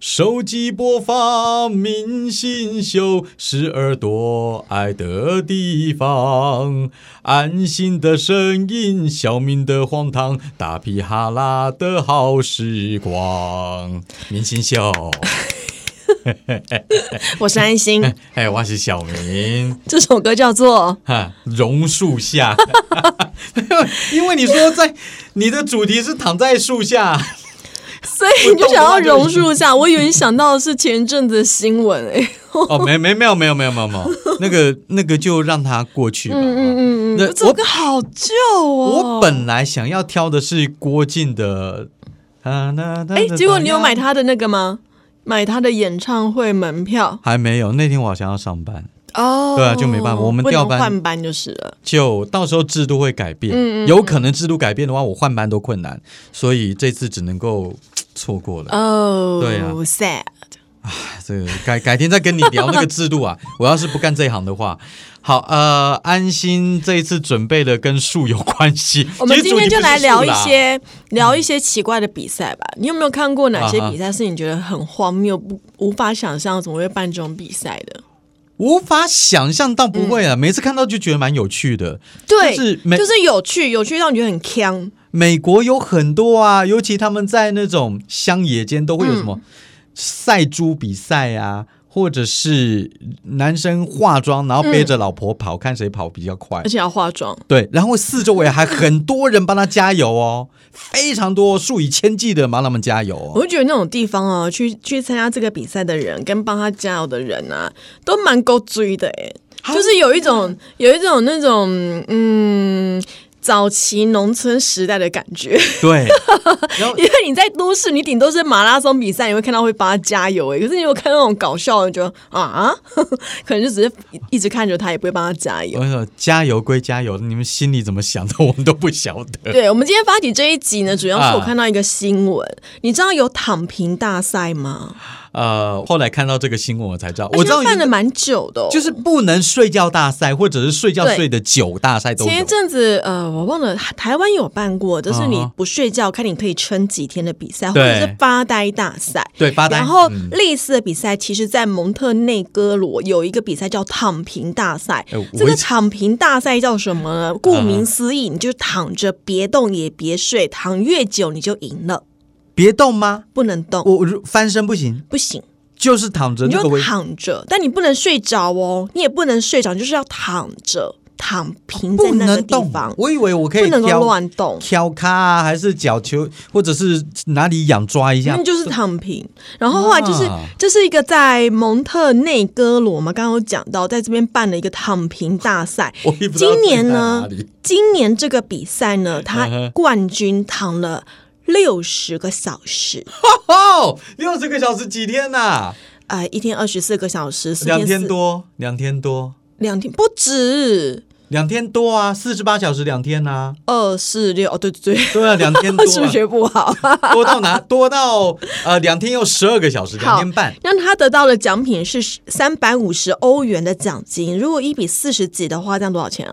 手机播放明星秀，是耳朵爱的地方。安心的声音，小明的荒唐，大皮哈拉的好时光。明星秀， 我是安心，哎，我是小明。这首歌 叫做哈，榕树下， 因为你说在你的主题是躺在树下， 所以你就想要榕树下，我以为你想到的是前一阵子的新闻哎、哦，没没没有没有没有没有没有，那个那个就让它过去吧。哦嗯嗯嗯，那这首我歌好旧哦。我本来想要挑的是郭靖的，啊那哎、结果你有买？他的那个吗？买他的演唱会门票还没有，那天我好像要上班，哦，对啊就没办法我们不调能班换班就是了。就到时候制度会改变，嗯嗯嗯有可能制度改变的话，我换班都困难，所以这次只能够错过了。哦，对啊 s a d 这个改改天再跟你聊那个制 度啊。我要是不干这一行的话，好呃，安心这一次准备的跟树有关系， 我们其实今主题天就不是来聊树一啦些聊一些奇怪的比赛吧。你有没有看过哪些啊哈比赛是你觉得很荒谬、不无法想象怎么会办这种比赛的？无法想象，倒不会啊。每次看到就觉得蛮有趣的。嗯对，就是每就是有趣，有趣让你觉得很呛。美国有很多啊，尤其他们在那种乡野间都会有什嗯么赛猪比赛啊，或者是男生化妆，然后背着老婆跑，看谁跑比较快而。且要化妆。对，然后四周围还很多人帮他加油哦，非常多数以千计的帮他们加油哦。我就觉得那种地方哦，去去参加这个比赛的人跟帮他加油的人啊，都蛮够追的哎，就是有一种有一种那种嗯。早期农村时代的感觉，对，然后因为你在都市，你顶多是马拉松比赛，你会看到会帮他加油哎。可是你有看那种搞笑的，你觉得啊啊， 可能就只是一直看着他，也不会帮他加油我。说加油归加油，你们心里怎么想的，我们都不晓得。对，我们今天发起这一集呢，主要是我啊看到一个新闻，你知道有躺平大赛吗？呃，后来看到这个新闻，我才知道，我知道而且有办的蛮久的、哦，就是不能睡觉大赛，或者是睡觉睡的久大赛都有。前一阵子呃，我忘了台湾有办过，就是你嗯哼不睡觉，看你可以撑几天的比赛，或对者是发呆大赛。对，发呆。然后嗯类似的比赛，其实，在蒙特内哥罗有一个比赛叫躺平大赛哎我。这一个直躺平大赛叫什么呢？顾名思义，你就躺着，别动也别睡，躺越久你就赢了，别动吗？不能动，我我如翻身不行，不行。就是躺着你那个就位。躺着，但你不能睡着哦，你也不能睡着，你就是要躺着，躺平在不那个能地动方，，我以为我可不以能够挑乱动。挑咖啊，还是脚球，或者是哪里痒抓一下那。就是躺平，然后后来就是啊这是一个在蒙特内哥罗嘛，刚刚有讲到，在这边办了一个躺平大赛。 我也不知道今年自呢己在哪里，今年这个比赛呢，嗯哼他冠军躺了六十个小时，哦，六十个小时几天呐、呃，一天二十四个小时，四两天四多，两天多，两天不止，两天多啊，四十八小时两天呐、二四六哦，对对对，对啊，两天多、 数学不好。啊，多到哪？多到呃，两天又十二个小时，两天半。让他得到的奖品是三百五十欧元的奖金，如果一比四十几的话，这样多少钱啊？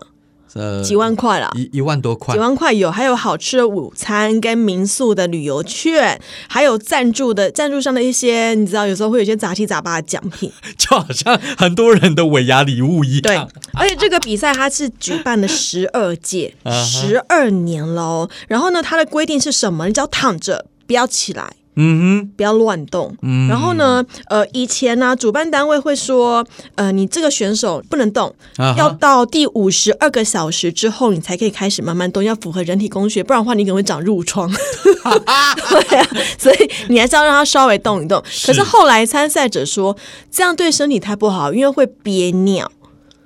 呃，几万块啦。一一万多块几，万块有，还有好吃的午餐跟民宿的旅游券，还有赞助的赞助上的一些，你知道有时候会有一些杂七杂八的奖品。就好像很多人的尾牙礼物一对样。，而且这个比赛它是举办了十二届，啊哈十二年喽。然后呢，它的规定是什么？你只要躺着，不要起来。嗯不要乱动。然后呢，呃，以前呢、主办单位会说，呃，你这个选手不能动，哼，啊哈要到第五十二个小时之后，你才可以开始慢慢动，要符合人体工学，不然的话你可能会长 褥疮。对啊，所以你还是要让他稍微动一动。可是后来参赛者说，这样对身体太不好，因为会憋尿。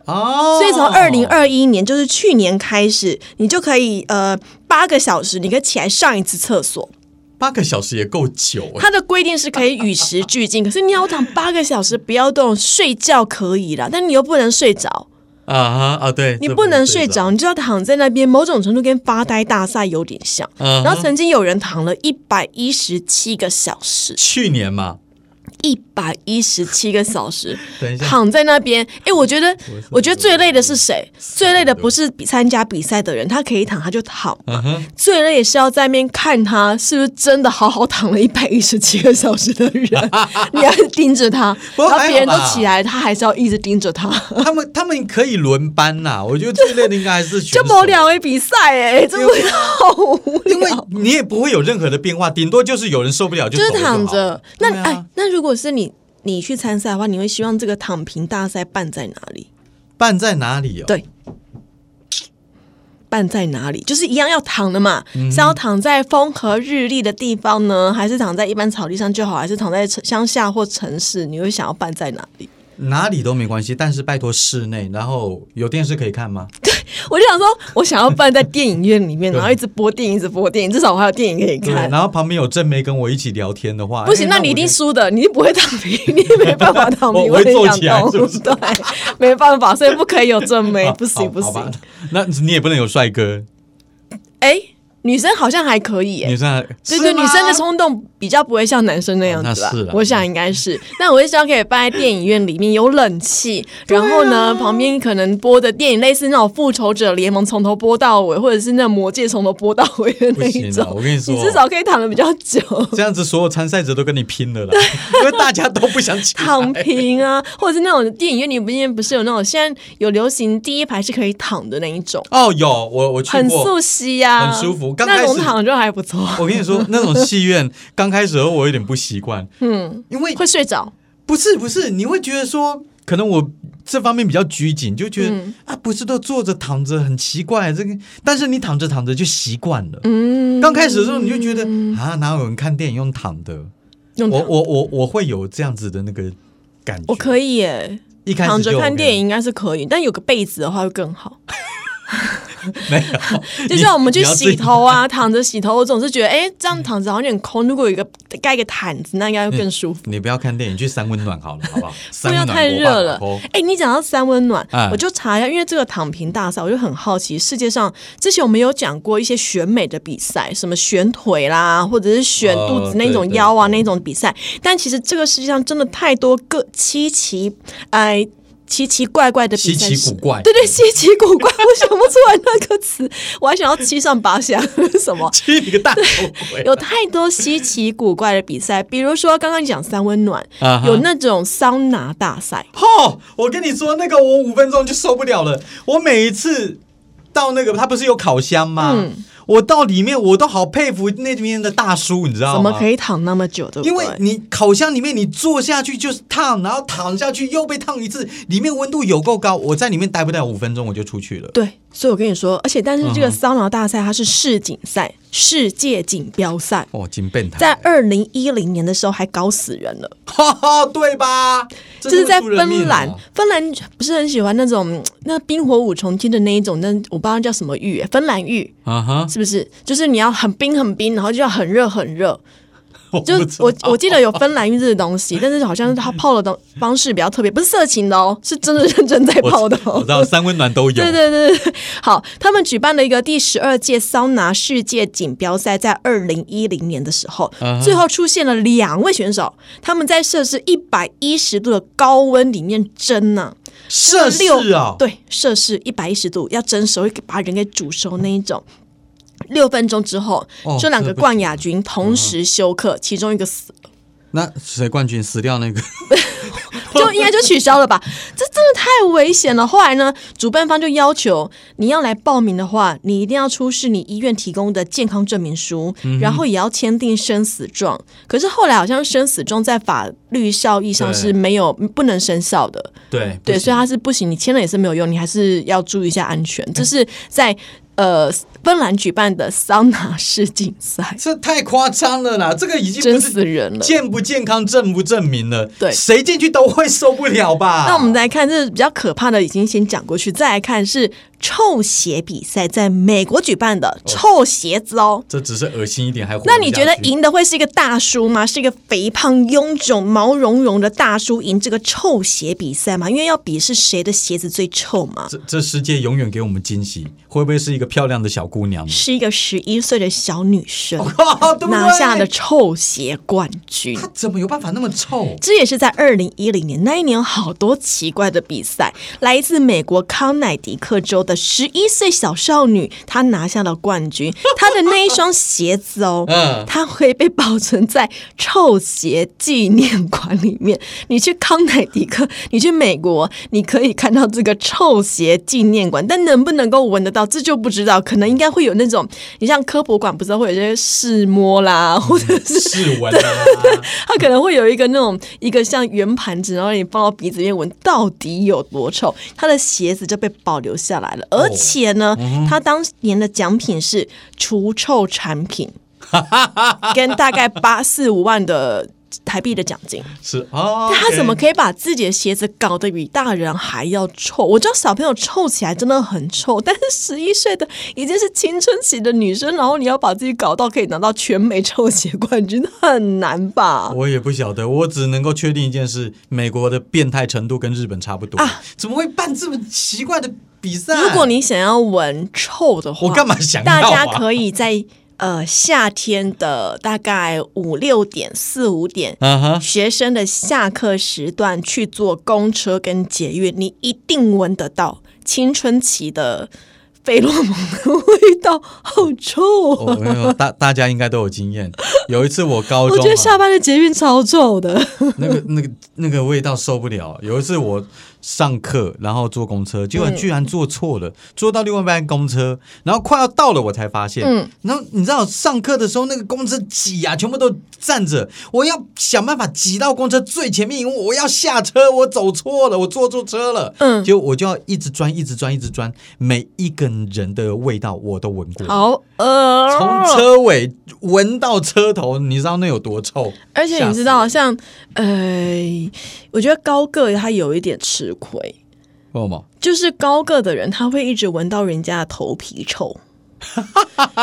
哦，所以从二零二一年，就是去年开始，你就可以呃八个小时，你可以起来上一次厕所。八个小时也够久欸它的规定是可以与时俱进，可是你要躺八个小时不要动，睡觉可以啦，但你又不能睡着，啊哈啊！对，你这不能睡着，你就要躺在那边，某种程度跟发呆大赛有点像。嗯哼然后曾经有人躺了一百一十七个小时，去年嘛，一百一十七个小时等一下躺在 那边。哎，我觉得我是，我觉得最累的是谁？最累的不是比参加比赛的人，他可以躺他就躺嗯嘛。最累是要在那边看他是不是真的好好躺了一百一十七个小时的人， 你要盯着他，不过然后别人还好都吧起来，他还是要一直盯 着他。他们他们可以轮班呐、我觉得最累的应该还是选就手某两位比赛、哎，真的好无因为聊。你也不会有任何的变化，顶多就是有人受不了就就是走了躺好着。那对啊哎、那如果是你你去参赛的话，你会希望这个躺平大赛办在哪里？办在哪里哦？对，办在哪里？就是一样要躺的嘛，嗯是要躺在风和日丽的地方呢，还是躺在一般草地上就好，还是躺在城乡下或城市？你会想要办在哪里？哪里都没关系，但是拜托室内，然后有电视可以看吗？我就想说，我想要办在电影院里面，对然后一直播电影，一直播电影，至少我还有电影可以对，看。然后旁边有正妹跟我一起聊天的话，不行，哎那你一定输的，你一定不会躺平，你也没办法躺我 平，我会也坐想起来动是不是 对，没办法，所以不可以有正那妹我，不 好行不好吧行。那你也不能有帅哥，哎，女生好像还可以哎女。生还对对，是吗女生的冲动比较不会像男生那样子哦吧？那是啦嗯我想应该是。那我也希望可以办在电影院里面，有冷气，然后呢，啊旁边可能播的电影类似那种《复仇者联盟》从头播到尾，或者是那《魔戒》从头播到尾的那不一行种啊。我跟你说至少可以躺的比较 久。 这样子，所有参赛者都跟你拼了啦，因为大家都不想 起来躺平啊，或者是那种电影院里面不是有那种现在有流行第一排是可以躺的那一种，哦，有我我去很过，素吸呀、很舒服刚开始那种躺就还不错，我跟你说，那种戏院刚开始的时候我有点不习 惯，嗯，因为会睡着。不是不是，你会觉得说，可能我这方面比较拘谨，就觉得、嗯啊，不是都坐着躺着很奇怪，啊这个，但是你躺着躺着就习惯了。嗯，刚开始的时候你就觉得啊，哪有人看电影用躺的？用我躺我我我会有这样子的那个感觉。我可以耶，一开始躺着就看 OK 电影应该是可以，但有个被子的话会 更好。没有，就你像我们去你要自己嗯洗头啊，躺着洗头，我总是觉得哎、这样躺着好像有点空。如果有一个盖一个毯子，那应该会更舒服。你不要看电影，去三温暖好了，好不好？ 不三要温暖哦太热了国。哎、你讲到三温暖，哎我就查一下，因为这个躺平大赛，我就很好奇，世界上之前我们有讲过一些选美的比赛，什么选腿啦，或者是选哦肚子对那种对腰啊、对那种比赛，但其实这个世界上真的太多个稀奇，哎、奇奇怪怪的比赛稀是，奇古怪对对，稀奇古怪，我想不出来那个词，我还想要七上八下 什么，去你个大头鬼！有太多稀奇古怪的比赛，比如说刚刚你讲三温暖啊哈有那种桑拿大赛，吼！哦我跟你说，那个我五分钟就受不了了。我每一次到那个，它不是有烤箱吗？嗯我到里面，我都好佩服那边的大叔，你知道怎吗？么可以躺那么久？对不对？因为你烤箱里面你坐下去就是烫，然后躺下去又被烫一次，里面温度有够高，我在里面待不了五分钟我就出去了。对，所以我跟你说，而且但是这个桑拿大赛它是世锦赛，世界锦标赛。哦，金变态，在二零一零年的时候还搞死人了， 哈哈，对吧？这这是在会出人命芬啊兰。芬兰不是很喜欢那种嗯那冰火五重天的那一种，那我不知道叫什么浴，欸芬兰浴啊哈，是不是？就是你要很冰很冰，然后就要很热很热。就不是知我道我记得有芬兰浴这个东西，但是好像是它泡的东方式比较特别，不是色情的哦，是真的认真在泡的我哦知。道三温暖都有。对对对对，好，他们举办了一个第十二届桑拿世界锦标赛，在二零一零年的时候嗯哼最后出现了两位选手，他们在摄氏一百一十度的高温里面蒸呢、摄氏六啊，对，摄氏一百一十度要蒸熟，会把人给煮熟那一种。六分钟之后，哦这两个这不冠亚军同嗯时休克，其中一个死，那谁冠军死掉那个？就应该就取消了吧？这真的太危险了。后来呢，主办方就要求你要来报名的话，你一定要出示你医院提供的健康证明书，然后也要签订生死状。可是后来好像生死状在法律效益上对是没有不能生效的，对对，所以以它是不行，你签了也是没有用，你还是要注意一下安全。这是在呃芬兰举办的桑拿世锦赛，这太夸张了啦！这个已经真不是死人了。健不健康、证不证明了，对谁进去都会受不了吧？那我们再看，这是比较可怕的，已经先讲过去。再来看是臭鞋比赛，在美国举办哦的臭鞋子哦。这只是恶心一点，还活那你下觉得去赢的会是一个大叔吗？是一个肥胖、臃肿、毛茸茸的大叔赢这个臭鞋比赛吗？因为要比是谁的鞋子最臭嘛。这这世界永远给我们惊喜，会不会是一个个漂亮的小姑娘吗？ 是一个十一岁的小女生哦对不对拿下了臭鞋冠军。她怎么有办法那么 臭？这也是在二零一零年那一年，好多奇怪的比赛。来自美国康乃狄克州的十一岁小少女，她拿下了冠军。她的那一双鞋子 哦，嗯它会被保存在臭鞋纪念馆里面。你去康乃狄克，你去美国，你可以看到这个臭鞋纪念馆，但能不能够闻得到，这就不知道。可能应该会有那种，你像科博馆，不知道会有一些试摸啦，或者是试闻啊， 它可能会有一个那种一个像圆盘子，然后你放到鼻子里面闻到底有多臭。他的鞋子就被保留下来了，而且呢，他当年的奖品是除臭产品，跟大概八四五万的。台币的奖金，是啊，他怎么可以把自己的鞋子搞得比大人还要臭？我知道小朋友臭起来真的很臭，但是十一岁的已经是青春期的女生，然后你要把自己搞到可以拿到全美臭鞋冠军，很难吧？我也不晓得，我只能够确定一件事：美国的变态程度跟日本差不多。啊怎么会办这么奇怪的比赛？ 如果你想要闻臭的话，我干嘛想要啊大家可以在呃夏天的大概五六点、四五点。啊哈，学生的下课时段去坐公车跟捷运，你一定闻得到青春期的费洛蒙的味道，好臭我啊！我我哦大大家应该都有经验。有一次我高我中、觉得下啊，班的捷运超 臭的。那个那个那个味道受不了。有一次我上课，然后坐公车，结嗯果居然坐错了，坐到另外一班公车，然后快要到了我才发现。嗯然后你知道上课的时候那个公车挤啊，全部都站着，我要想办法挤到公车最前面，因为我要下车，我走错了，我坐错车了。嗯结果我就要一直钻，一直钻，一直钻，每一个人的味道我都闻过。好呃，从车尾闻到车头，你知道那有多臭？而且吓你死知道，像呃，我觉得高个他有一点吃亏，为什么？就是高个的人，他会一直闻到人家的头皮臭，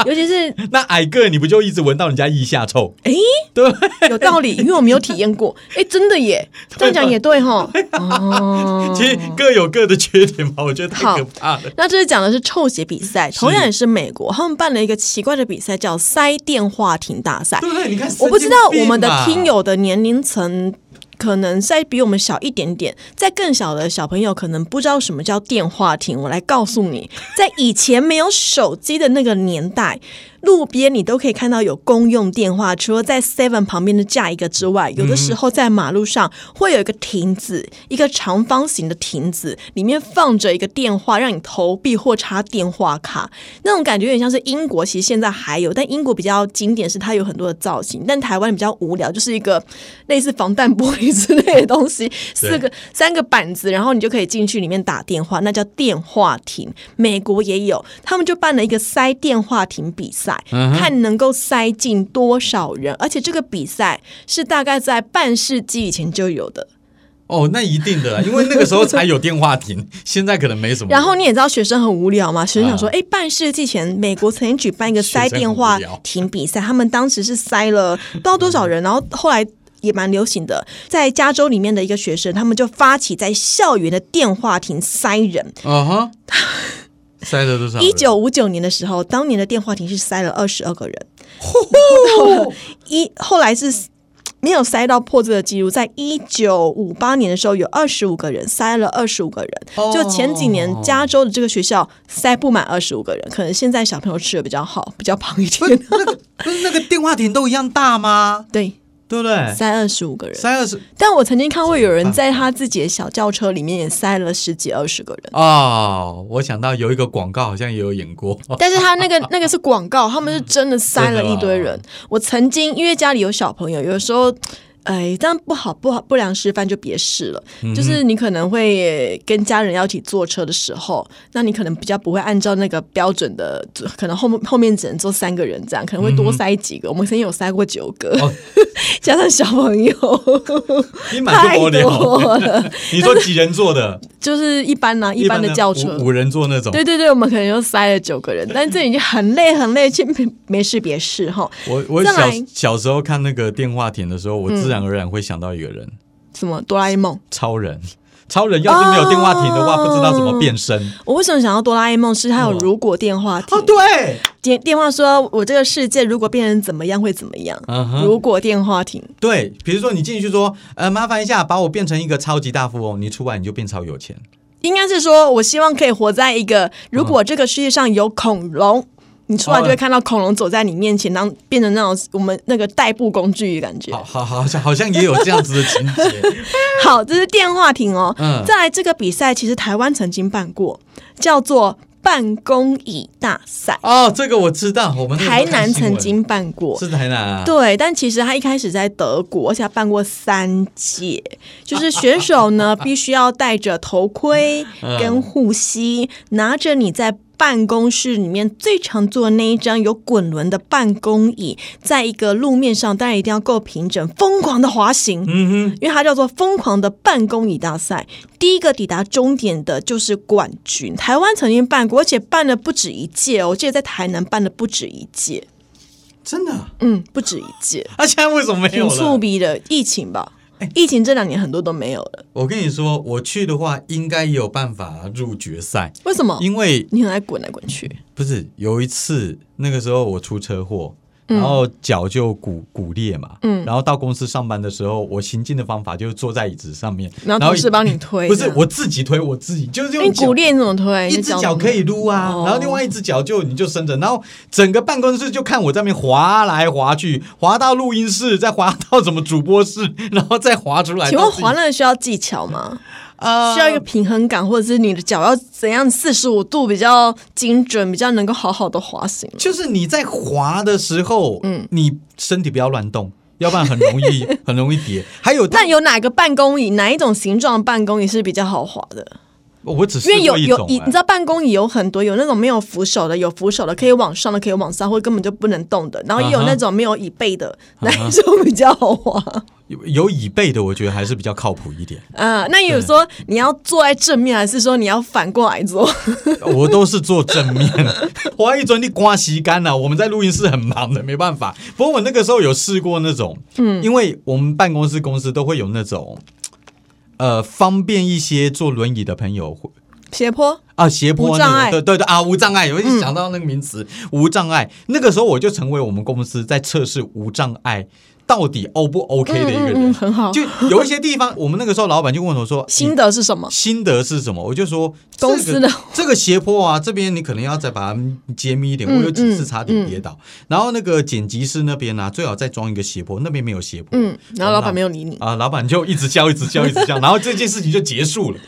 尤其是 那矮个你不就一直闻到人家腋下臭？诶，对，有道理，因为我没有体验过。诶，真的耶，这样讲也对哈。哦，其实各有各的缺点吧，我觉得太可怕了。那这是讲的是臭鞋比赛，同样也是美国，他们办了一个奇怪的比赛，叫塞电话亭大赛对。不对？你看神经病嘛，我不知道我们的听友的年龄层。可能再比我们小一点点，再更小的小朋友可能不知道什么叫电话亭。我来告诉你，在以前没有手机的那个年代，路边你都可以看到有公用电话，除了在 Seven 旁边的架一个之外，有的时候在马路上会有一个亭子，一个长方形的亭子，里面放着一个电话，让你投币或插电话卡。那种感觉有点像是英国，其实现在还有，但英国比较经典是它有很多的造型，但台湾比较无聊，就是一个类似防弹玻璃之类的东西，四个三个板子，然后你就可以进去里面打电话，那叫电话亭。美国也有，他们就办了一个塞电话亭比赛，看能够塞进多少人，而且这个比赛是大概在半世纪以前就有的。哦，那一定的啦，因为那个时候才有电话亭， 现在可能没什么。然后你也知道学生很无聊嘛，学生想说，啊哎、半世纪前美国曾经举办一个塞电话亭比赛，他们当时是塞了 不知道多少人，然后后来。也蛮流行的，在加州里面的一个学生，他们就发起在校园的电话亭塞人。啊哈，塞了多少人？一九五九年的时候，当年的电话亭是塞了二十二个人，哦一后来是没有塞到破这个记录，在一九五八年的时候有二十五个人塞了二十五个人，哦就前几年加州的这个学校塞不满二十五个人，可能现在小朋友吃的比较好，比较胖一不点是，那个不是那个电话亭都一样大吗？ 对，对不对？塞二十五个人。塞二十但我曾经看过有人在他自己的小轿车里面也塞了十几二十个人，哦，我想到有一个广告好像也有演过， 但是他那个那个是广告，他们是真的塞了一堆人。我曾经因为家里有小朋友，有的时候。哎，但不好，不好，不良示范就别试了。就是你可能会跟家人要一起坐车的时候，那你可能比较不会按照那个标准的，可能后面后面只能坐三个人这样，可能会多塞几个。我们曾经有塞过九个，哦加上小朋友，你太蛮多的哦。多了。你说几人座的？就是一般呢、 一般的轿车，五五人座那种。对对对，我们可能又塞了九个人，但这已经很累很累，去没没事别事哈。我我再小来嗯小时候看那个电话亭的时候，我自然而然会想到一个人，什么哆啦 A 梦超人。 超人要是没有电话亭的话，哦不知道怎么变身。我为什么想要哆啦 A 梦？是它有哦如果电话亭哦，，对，电电话说我这个世界如果变成怎么样会怎么样。嗯哼，如果电话亭，对，比如说你进去说，呃，麻烦一下把我变成一个超级大富翁，你出来你就变超有钱。应该是说我希望可以活在一嗯个，如果这个世界上有恐龙。你出哦来就会看到恐龙走在你面前，然后变成那种我们那个代步工具的感觉。好好好像好像也有这样子的情 节。好，这是电话亭哦。嗯再来这个比赛，其实台湾曾经办过，叫做办公椅大赛，哦，这个我知道，我们那个时台候南看新闻曾经办过。是台南啊。对，但其实他一开始在德国，而且他办过三届，就是选手 呢必须要戴着头盔嗯跟护膝，拿着你在。办公室里面最常坐的那一张有滚轮的办公椅，在一个路面上，当然一定要够平整，疯狂的滑行，嗯哼，因为它叫做疯狂的办公椅大赛。第一个抵达终点的就是冠军。台湾曾经办过，而且办了不止一届哦，我记得在台南办了不止一届，真的啊。 嗯，不止一届。啊，现在为什么没有挺触了？鼻的疫情吧。疫情这两年很多都没有了，我跟你说，我去的话应该也有办法入决赛，为什么？因为你很爱滚来滚去，不是有一次那个时候我出车祸。嗯然后脚就骨骨裂嘛，嗯，然后到公司上班的时候，我行进的方法就是坐在椅子上面，然后同事帮你推，不是这样哎我自己推我自己，就是你用脚骨裂你怎么推？一你只脚可以撸啊，哦然后另外一只脚就你就伸着，然后整个办公室就看我在那边滑来滑去，滑到录音室，再滑到什么主播室，然后再滑出来。请问滑滑那个需要技巧吗？啊需要一个平衡感，或者是你的脚要怎样四十五度比较精准，比较能够好好的滑行？就是你在滑的时候，嗯，你身体不要乱动，要不然很容 易很容易跌。还有它，那有哪个办公椅，哪一种形状的办公椅是比较好滑的？我只是因为有一有种、椅，你知道道办公椅有很多，有那种没有扶手的，有扶手的可以往上的，可以往上，或者根本就不能动的，然后也有啊哈那种没有椅背的，哪一种比较好滑？哎有有椅背的，我觉得还是比较靠谱一点。啊，那有说你要坐在正面，还是说你要反过来坐？ 我都是做正面，我还一准你刮吸干了。我们在录音室很忙的，没办法。不过我那个时候有试过那种，嗯，因为我们办公室公司都会有那种，呃，方便一些坐轮椅的朋友会斜坡啊，斜坡无障那碍嗯个，对对对啊，无障碍，我一想到那个名词、无障碍。那个时候我就成为我们公司在测试无障碍到底 O 不 OK 的一个人。嗯嗯嗯很好就有一些地方，我们那个时候老板就问我说：“新的是什么？心得是什么？我就说公司的这个、这个斜坡啊，这边你可能要再把它揭秘一点。嗯我有几次差点跌倒。然后那个剪辑师那边呢、最好再装一个斜坡，那边没有斜坡。嗯，然后老板没有理你。啊，老板就一直笑，一直笑，一直笑，然后这件事情就结束了。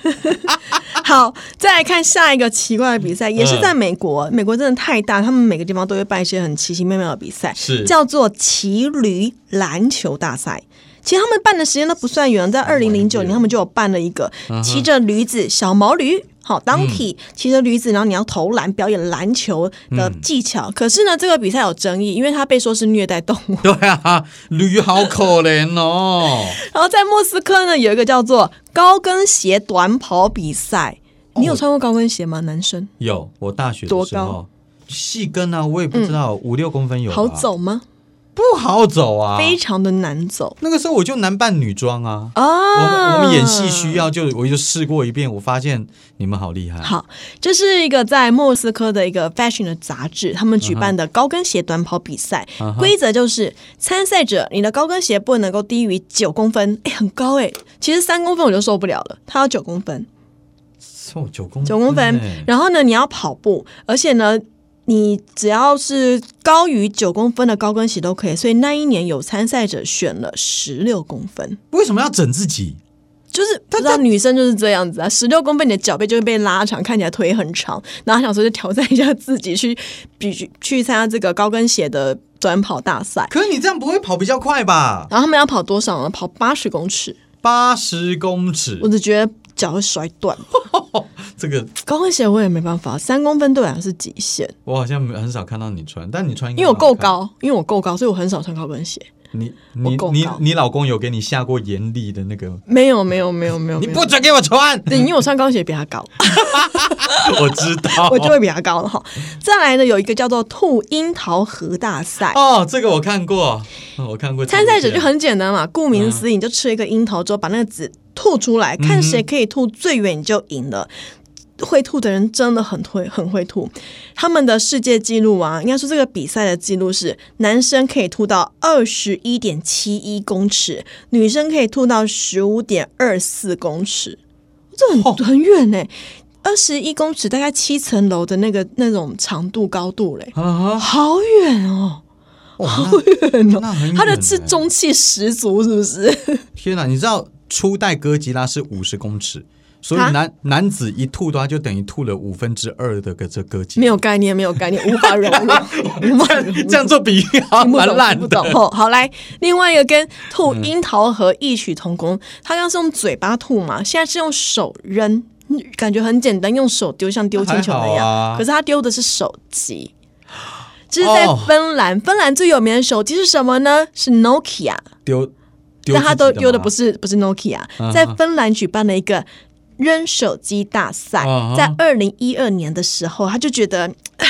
好，再来看下一个奇怪的比赛，也是在美国。美国真的太大，他们每个地方都会办一些很奇奇妙妙的比赛，是叫做骑驴篮球大赛。其实他们办的时间都不算远，在二零零九年他们就有办了一个骑着驴子小毛驴。好，donkey 骑着驴子，然后你要投篮，表演篮球的技巧。可是呢，这个比赛有争议，因为它被说是虐待动物。对啊，驴好可怜哦。然后在莫斯科呢，有一个叫做高跟鞋短跑比赛。哦你有穿过高跟鞋吗，男生？有，我大学的多时高嗯候细跟啊，我也不知道五六公分有吧，好走吗？不好走啊？非常的难走那个时候我就男扮女装啊。我们啊我们演戏需。要就我就试过一遍，我发现你们好厉害。好，这是一个在莫斯科的一个 fashion 的杂志，他们举办的高跟鞋短跑比赛。嗯哼规则就是，参赛者你的高跟鞋不能够低于九公分，哎，很高哎、其实三公分我就受不了了，它要九公分，瘦九公九公分欸。然后呢，你要跑步，而且呢，你只要是高于九公分的高跟鞋都可以。所以那一年有参赛者选了十六公分，为什么要整自己？就是不知道女生就是这样子啊，十六公分你的脚背就会被拉长，看起来腿很长，然后想说就挑战一下自己去比去去参加这个高跟鞋的短跑大赛。可是你这样不会跑比较快吧？然后他们要跑多少呢？跑八十公尺，八十公尺我，只觉得脚会摔断。这个高跟鞋我也没办法，三公分对我来说是极限，我好像没很少看到你穿，但你穿应该因为我够蛮好高，因为我够高，所以我很少穿高跟鞋。看。你你我够你高你老公有给你下过严厉的那个？没有，没有，没有，没有，你没有不哦准给我穿！对，因为我穿高跟鞋比他高， 我知道，我就会比他高了哈。再来呢，有一个叫做吐樱桃核大赛。哦，这个我看过，我看过。参赛者就很简单嘛，顾名思义，你就吃一个樱桃之后，把那个籽吐出来，嗯看谁可以吐最远就赢了。会吐的人真的很会很会吐，他们的世界纪录啊，应该说这个比赛的记录是男生可以吐到二十一点七一公尺，女生可以吐到十五点二四公尺，这很、哦很远呢、二十一公尺大概七层楼的那个那种长度高度嘞，啊哈，好远哦！好远哦，那 很远他的是欸中气十足，是不是？ 天哪！你知道初代哥吉拉是五十公尺，所以啊男男子一吐的话，就等于吐了五分之二的个这哥吉拉。没有概念，没有概念，无法 容忍，无法容忍这样做比喻好像听不蛮懂，烂听不的嗯懂。哦，好，来，另外一个跟吐樱桃核异曲同工，它刚是用嘴巴吐嘛，现在是用手扔，嗯感觉很简单，用手丢像丢气球那那还样，好啊可是他丢的是手机。这是在哦芬兰，芬兰最有名的手机是什么呢？是 Nokia，丢丢但他都丢的啊不是是不是 Nokia，、在芬兰举办了一个扔手机大赛嗯哼在二零一二年的时候，他就觉得，唉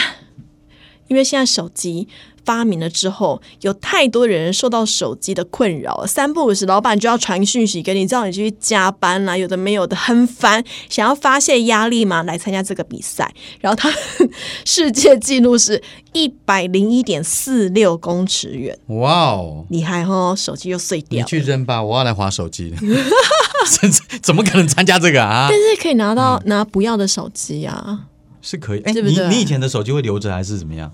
因为现在手机。发明了之后，有太多人受到手机的困扰，三不五时，老板就要传讯息给你，叫你去加班啊啦、有的没有的，很烦。想要发泄压力嘛，来参加这个比赛。然后他 世界纪录是一百零一点四六公尺远，哇哦。厉害哦！手机又碎掉你了。去扔吧，我要来划手机 了。甚至怎么可能参加这个啊？但是可以拿到、拿不要的手机啊！是可以，哎，对不你对你以前的手机会留着还是怎么样？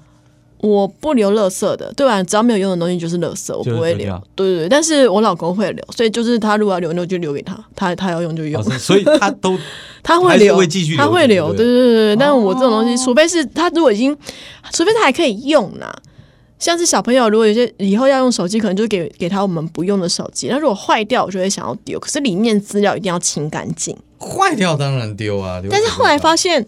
我不留垃圾的，对吧？只要没有用的东西就是垃圾，我就是不会丢留掉。对对对，但是我老公会留，所以就是他如果要留，那我就留给他，他他要用就用哦，所以他都 他还会是留，会继续留他会对不对留，哦对对对对。但我这种东西，除非是他如果已经，除非他还可以用啦。像是小朋友，如果有些以后要用手机，可能就给给他我们不用的手机。那如果坏掉，我就会想要丢，可是里面资料一定要清干净。坏掉当然丢啊。留着但是后来干嘛发现，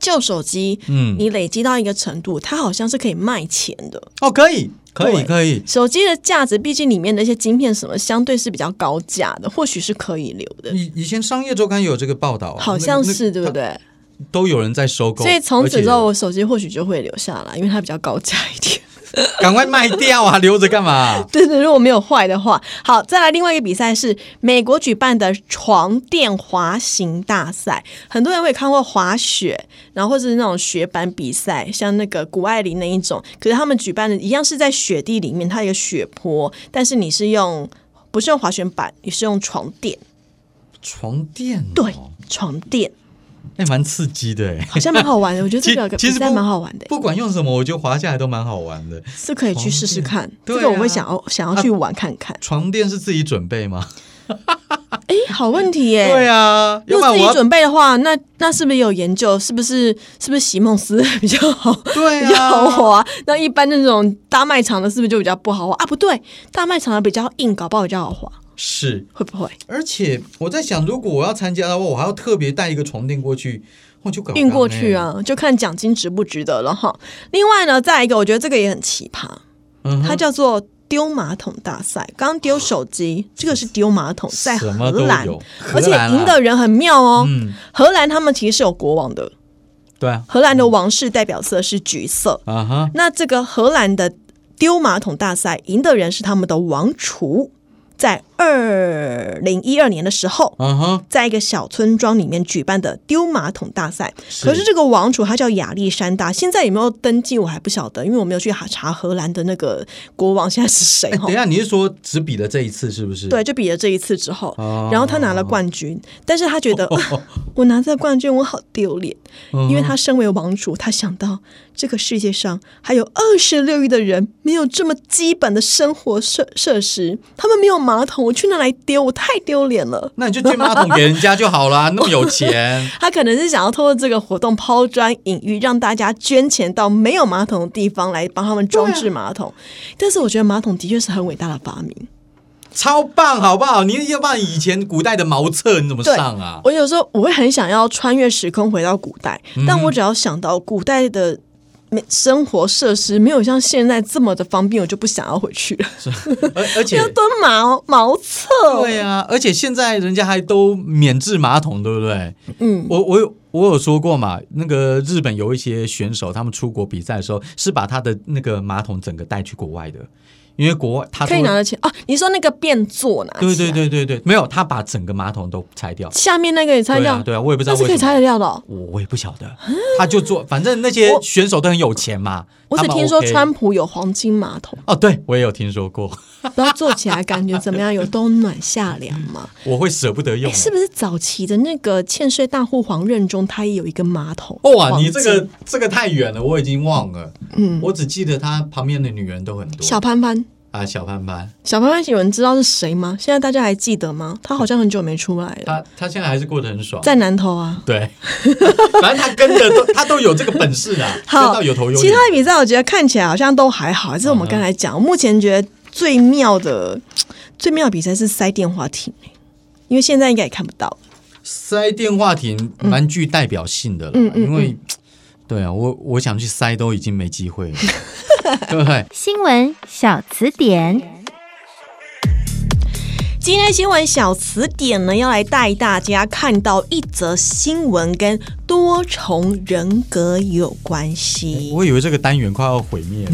旧手机，嗯嗯，你累积到一个程度，它好像是可以卖钱的。哦，可以可以对可以，手机的价值，毕竟里面的一些晶片什么，相对是比较高价的，或许是可以留的，以以前商业周刊有这个报道啊，好像那那是对不他对？都有人在收购，所以从此之后，而我手机或许就会留下来，因为它比较高价一点。且赶快卖掉 啊，留着干嘛？对对，如果没有坏的话，好，再来另外一个比赛是美国举办的床垫滑行大赛，很多人会看过滑雪，然后或者是那种雪板比赛，像那个谷爱凌那一种，可是他们举办的一样是在雪地里面，它有一个雪坡，但是你是用不是用滑雪板，你是用床垫，床垫、哦、对，床垫哎、蛮刺激的哎。好像蛮好玩的，我觉得这个其比其实赛不蛮好玩的，不管用什么，我觉得滑下来都蛮好玩的。是可以去试试看，对啊这个我会想要想要去玩看看，床垫是自己准备吗？哎、好问题耶、对啊，要如不果然我自己要准备的话，那那是不是有研究？是不是是不是席梦思 比较好？对比较好啊，滑，那一般那种大卖场的，是不是就比较不好滑啊？不对，大卖场的比较硬，搞不好比较好滑，是。会不会而且我在想，如果我要参加的话，我还要特别带一个床垫过去，我就搞运过去不懂欸。啊？就看奖金值不值得了哈。另外呢，再一个，我觉得这个也很奇葩，嗯哼它叫做丢马桶大赛。刚刚丢手机，这个是丢马桶，在什荷么都兰有，而且荷兰啊赢的人很妙哦。嗯荷兰他们其实是有国王的，对啊，荷兰的王室代表色是橘色。啊哈，那这个荷兰的丢马桶大赛赢的人是他们的王储，在二零一二年的时候，啊哈，在一个小村庄里面举办的丢马桶大赛。是可是这个王储他叫亚历山大，现在有没有登记我还不晓得，因为我没有去查荷兰的那个国王现在是谁哎哈等一。下，你是说只比了这一次是不是？对，就比了这一次之后，哦然后他拿了冠军，但是他觉得、哇我拿这个冠军我好丢脸，因为他身为王主，他想到这个世界上还有二十六亿的人没有这么基本的生活设设施，他们没有马桶，我去哪来丢？我太丢脸了。那你就捐马桶给人家就好啦， 那么有钱他可能是想要通过这个活动抛砖引玉，让大家捐钱到没有马桶的地方来帮他们装置马桶。但是我觉得马桶的确是很伟大的发明。超棒，好不好？你要不然以前古代的茅厕你怎么对上啊？我有时候我会很想要穿越时空回到古代，嗯但我只要想到古代的。没生活设施没有像现在这么的方便，我就不想要回去了。而而且 要蹲茅茅厕，对啊，而且现在人家还都免治马桶，对不对？嗯，我我有我有说过嘛，那个日本有一些选手，他们出国比赛的时候是把他的那个马桶整个带去国外的。因为国外他可以拿得起哦。你说那个便座拿起啊对来，对对对对，没有，他把整个马桶都拆掉。下面那个也拆对掉，啊，对啊，我也不知道那是可为以什拆么。得掉的哦、我我也不晓得，他就做，反正那些我选手都很有钱嘛。我他只们听说 OK 川普有黄金马桶， 哦，对我也有听说过， 然后坐起来感觉怎么样？有冬暖夏凉 吗？我会舍不得用哎，。是不是早期的那个欠税大户黄任中，他也有一个马桶？哇，你黄这金个这个太远了，我已经忘了。嗯，我只记得他旁边的女人都很多。小潘潘，啊，小潘潘，小潘潘有人知道是谁吗？现在大家还记得吗？他好像很久没出来了，他他现在还是过得很爽。在南投啊。对， 反正他跟的都他都有这个本事啊，跟 好到有头有其脸嗯他。的比赛我觉得看起来好像都还好，这是我们刚才讲。我目前觉得最妙的、最妙的比赛是塞电话亭，欸因为现在应该也看不到了。塞电话亭蛮具代表性的了，嗯因为对啊，我我想去塞都已经没机 会了，对不对？新闻小词典，今天新闻小词典呢，要来带大家看到一则新闻跟多重人格有关系，我以为这个单元快要毁 灭了，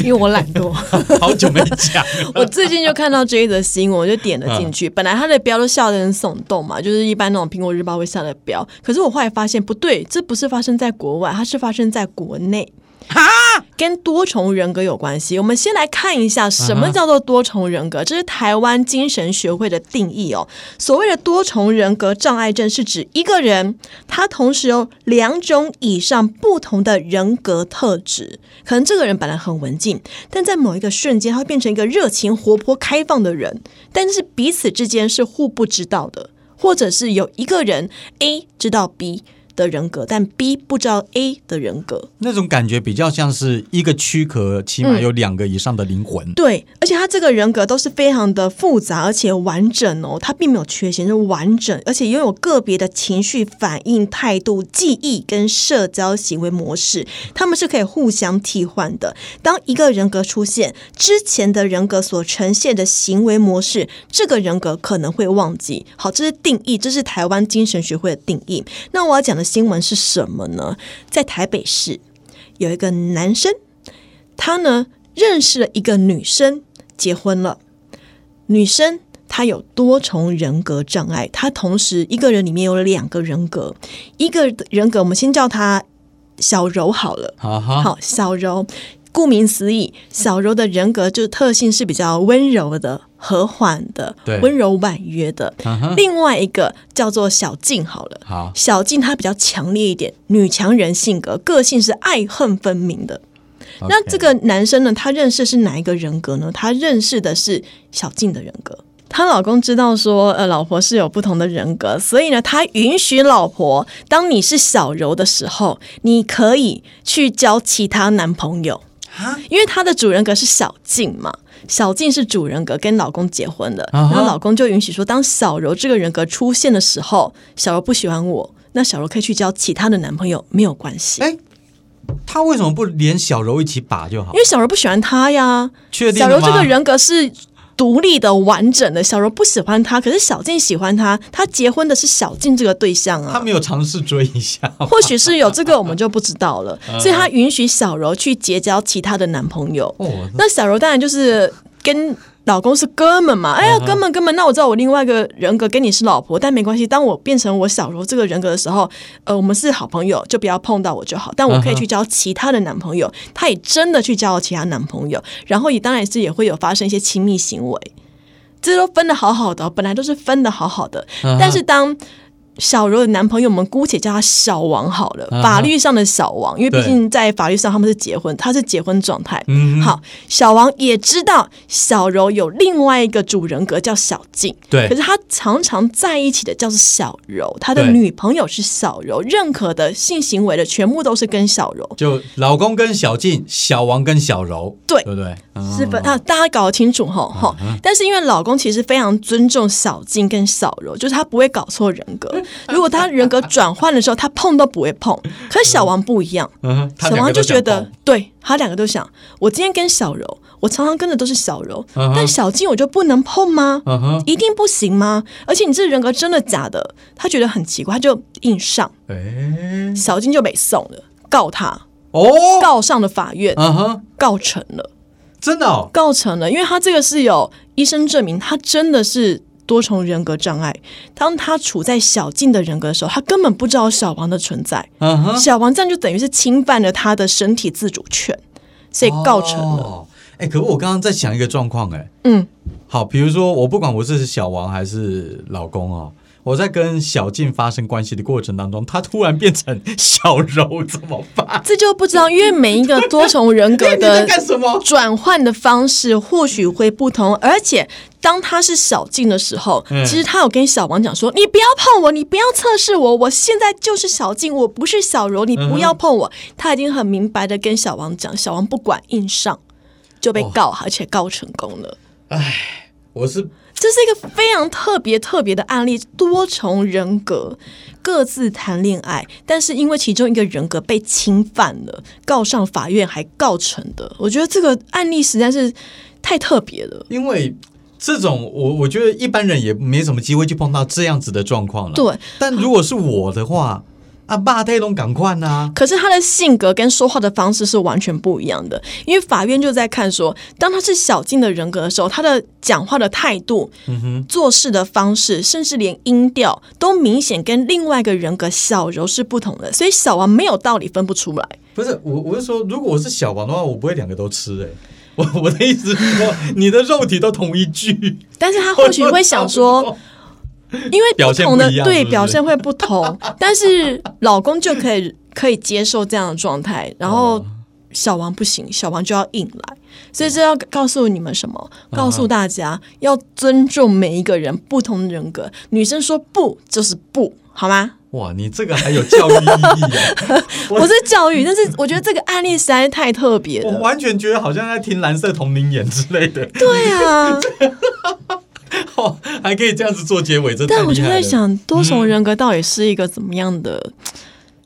因为我懒惰。好久没讲了。我最近就看到这一则新闻，我就点了进去。本来它的标都笑得很耸动嘛，就是一般那种苹果日报会下的标。可是我后来发现不对，这不是发生在国外，它是发生在国内。哈，跟多重人格有关系。我们先来看一下什么叫做多重人格，这是台湾精神学会的定义哦。所谓的多重人格障碍症，是指一个人他同时有两种以上不同的人格特质。可能这个人本来很文静，但在某一个瞬间，他会变成一个热情、活泼、开放的人，但是彼此之间是互不知道的，或者是有一个人 A 知道 B 的人格，但 B 不知道 A 的人格。那种感觉比较像是一个躯壳，起嗯码有两个以上的灵魂。对，而且他这个人格都是非常的复杂而且完整哦，他并没有缺陷，是完整，而且拥有个别的情绪反应、态度、记忆跟社交行为模式，他们是可以互相替换的。当一个人格出现之前的人格所呈现的行为模式，这个人格可能会忘记。好，这是定义，这是台湾精神学会的定义。那我要讲的新闻是什么呢？在台北市有一个男生。他呢认识了一个女生，结婚了。女生她有多重人格障碍，她同时一个人里面有两个人格，一个人格我们先叫她小柔好了。哈啊哈，好，小柔，顾名思义，小柔的人格就是特性是比较温柔的、和缓的对、温柔婉约的。嗯哼另外一个叫做小静好了，好小静她比较强烈一点，女强人性格，个性是爱恨分明的。那 OK 这个男生呢，他认识是哪一个人格呢？他认识的是小静的人格。她老公知道说，呃，老婆是有不同的人格，所以呢，他允许老婆，当你是小柔的时候，你可以去交其他男朋友。因为她的主人格是小静嘛，小静是主人格，跟老公结婚的，啊然哈后老公就允许说，当小柔这个人格出现的时候，小柔不喜欢我，那小柔可以去交其他的男朋友，没有关系，哎，他为什么不连小柔一起把就好因？为小柔不喜欢他呀。确定小了柔吗这个人格是。独立的、完整的小柔不喜欢他，可是小静喜欢他。他结婚的是小静这个对象 啊。他没有尝试追一 下吗，或许是有这个，我们就不知道了。所以她允许小柔去结交其他的男朋友。哦 那小柔当然就是跟老公是哥们嗯嘛，哎呀，哥们哥们，那我知道我另外一个人格跟你是老婆，但没关系。当我变成我小柔这个人格的时候，呃，我们是好朋友，就不要碰到我就好。但我可以去交其他的男朋友，她也真的去交了其他男朋友，然后也当然是也会有发生一些亲密行为。这都分的好好的哦，本来都是分的好好的，嗯哼但是当小柔的男朋友，我们姑且叫他小王好了，嗯哼法律上的小王，因为毕对竟在法律上他们是结婚，他是结婚状态。嗯哼好，小王也知道小柔有另外一个主人格叫小静，对可是他常常在一起的叫做小柔，他的对女朋友是小柔，认可的性行为的全部都是跟小柔。就老公跟小静，小王跟小柔，对对不对？嗯是分啊，大家搞清楚吼吼。但是因为老公其实非常尊重小静跟小柔，就是他不会搞错人格。嗯如果他人格转换的时候，他碰都不会碰。可是小王不一样，嗯哼，他小两王个都就想觉得碰，对他两个都想，我今天跟小柔，我常常跟的都是小柔，嗯哼但小静我就不能碰吗？嗯哼，一定不行吗？而且你这人格真的假的？他觉得很奇怪，他就硬上，哎，小静就被送了，告他，哦，告上了法院，嗯哼，告成了。真的哦，构成了，因为他这个是有医生证明，他真的是多重人格障碍。当他处在小静的人格的时候，他根本不知道小王的存在，嗯哼，小王这样就等于是侵犯了他的身体自主权，所以告成了。哦。哎、可我刚刚在想一个状况，哎，嗯，好，比如说我不管我是小王还是老公哦，我在跟小静发生关系的过程当中，她突然变成小柔，怎么 办？这就不知道，因为每一个多重 人格你在的干什么？转换的方式或许会不同，而且当他是小静的时候，嗯其实他有跟小王讲说：“你不要碰我，你不要测试我，我现在就是小静，我不是小柔，你不要碰嗯我。他已经很明白的跟小王讲，小王不管硬上，就哦被告，而且告成功了。我是这是一个非常特别特别的案例，多重人格各自谈恋爱，但是因为其中一个人格被侵犯了，告上法院还告成的。我觉得这个案例实在是太特别了。因为这种，我我觉得一般人也没什么机会去碰到这样子的状况了。，对，但如果是我的话，啊，霸太龙赶快啊呐！可是他的性格跟说话的方式是完全不一样的，因为法院就在看说，当他是小静的人格的时候，他的讲话的态度、做事的方式，甚至连音调都明显跟另外一个人格小柔是不同的，所以小王没有道理分不出来。不是我，我是说，如果我是小王的话， 我不会两个都吃哎、我我的意思是说，你的肉体都同一具，但是他 或 许会想说，因为表不现同的不一样对是不是表现会不 同，但是老公就可以可以接受这样的状态，然后哦小王不行，小王就要硬来，所以这要告诉你们什么？嗯告诉大家要尊重每一个人不同的人格，女生说不就是不，好吗？哇，你这个还有教育意义 啊！我我是教育，但是我觉得这个案例实在是太特别我了，完全觉得好像在听蓝色同龄眼之类的，对 啊。哦，还可以这样子做结尾，真的但我就在，想，多嗯重人格到底是一个怎么样的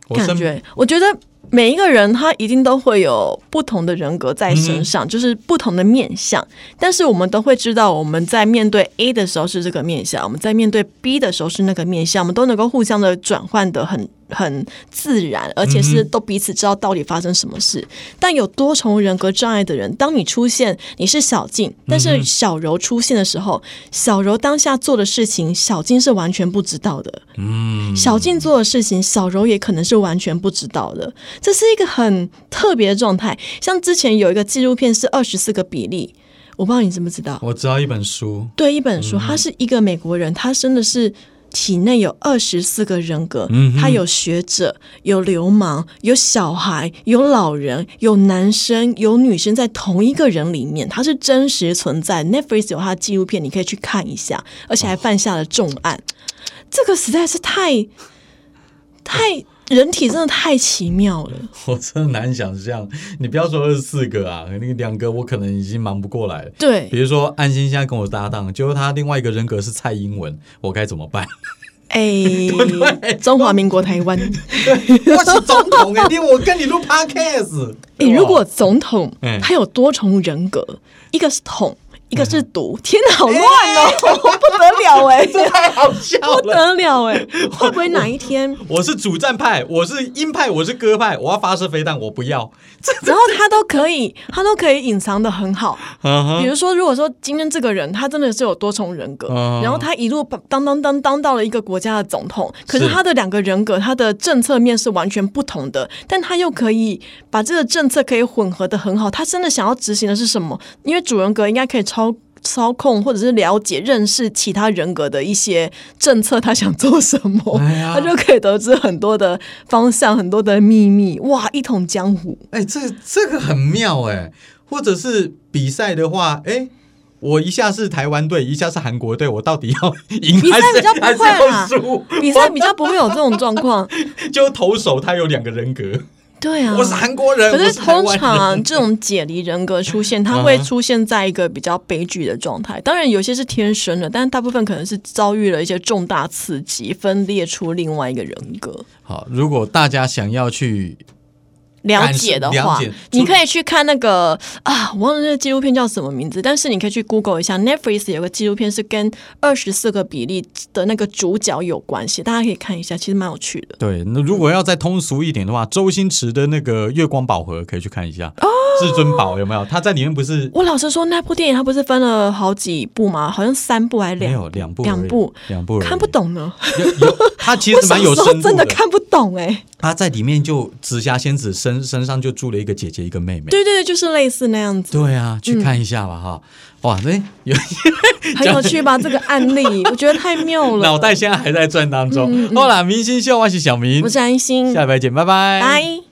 我感身觉，我觉得每一个人他一定都会有不同的人格在嗯身上，就是不同的面相。但是我们都会知道，我们在面对 A 的时候是这个面相，我们在面对 B 的时候是那个面相，我们都能够互相的转换的很很自然，而且嗯是都彼此知道到底发生什么事。但有多重人格障碍的人，当你出现你是小静，但嗯是小柔出现的时候，小柔当下做的事情，小静是完全不知道的。嗯，小静做的事情，小柔也可能是完全不知道的。这是一个很特别的状态。像之前有一个纪录片是二十四个比例，我不知道你知不知道？我知道一本书， 对，一本书，他是一个美国人，他真的是。体内有二十四个人格，他有学者，有流氓，有小孩，有老人，有男生，有女生，在同一个人里面，他是真实存在。Netflix 有他的纪录片，你可以去看一下，而且还犯下了重案。这个实在是太太人体真的太奇妙了。我真的难想象。你不要说二十四个啊，那个两个我可能已经忙不过来了。对，比如说，安心现在跟我搭档，就是他另外一个人格是蔡英文，我该怎么办？哎、中华民国台 湾，我是总统哎、欸，我跟你录 podcast。诶，哎如果总统嗯他有多重人格，一个是统，一个是独，天哪，好乱哦，不得了哎、太好笑不了，得了哎、会不会哪一天，我是主战派，我是鹰派，我是鸽派，我要发射飞弹，我不要。然后他都可以，他都可以隐藏的很好。比如说，如果说今天这个人他真的是有多重人格，嗯然后他一路当当当当到了一个国家的总统，可是是他的两个人格，他的政策面是完全不同的，但他又可以把这个政策可以混合的很好。他真的想要执行的是什么？因为主人格应该可以操操控或者是了解、认识其他人格的一些政策，他想做什么，哎呀他就可以得知很多的方向、很多的秘密。哇，一统江湖。哎、这这个很妙哎、或者是比赛的话，哎、我一下是台湾队，一下是韩国队，我到底要赢比赛还是比较不还是会啊啦要输？比赛比较不会有这种状况，就投手他有两个人格，对啊，我是韩国人，可我是是台通湾常、人。啊、这种解离人格出现，它嗯会哼出现在一个比较悲剧的状态。当然，有些是天生的，但是大部分可能是遭遇了一些重大刺激，分裂出另外一个人格。好，如果大家想要去了解的感话受了解，你可以去看那个啊，我忘了那个纪录片叫什么名字，但是你可以去 Google 一下，Netflix 有个纪录片是跟二十四个比例的那个主角有关系，大家可以看一下，其实蛮有趣的。对，那如果嗯要再通俗一点的话，周星驰的那个《月光宝盒》可以去看一下，哦至尊宝有没有？他在里面不是我老实说，那部电影它不是分了好几部吗？好像三部还是没两有两部而已，两部，两部而已看不。懂呢。有有，他其我实小蛮有时深候度真的看不懂哎、他在里面就紫霞仙子身身上就住了一个姐姐一个妹妹。对嗯对对，就是类似那样子，对啊，去看一下吧哈！哇，那有很有趣吧？这个案例，我觉得太 妙了。脑袋现在还在转当中。好啦，明星秀，我是小明我，是安心，下礼拜见，拜拜，拜。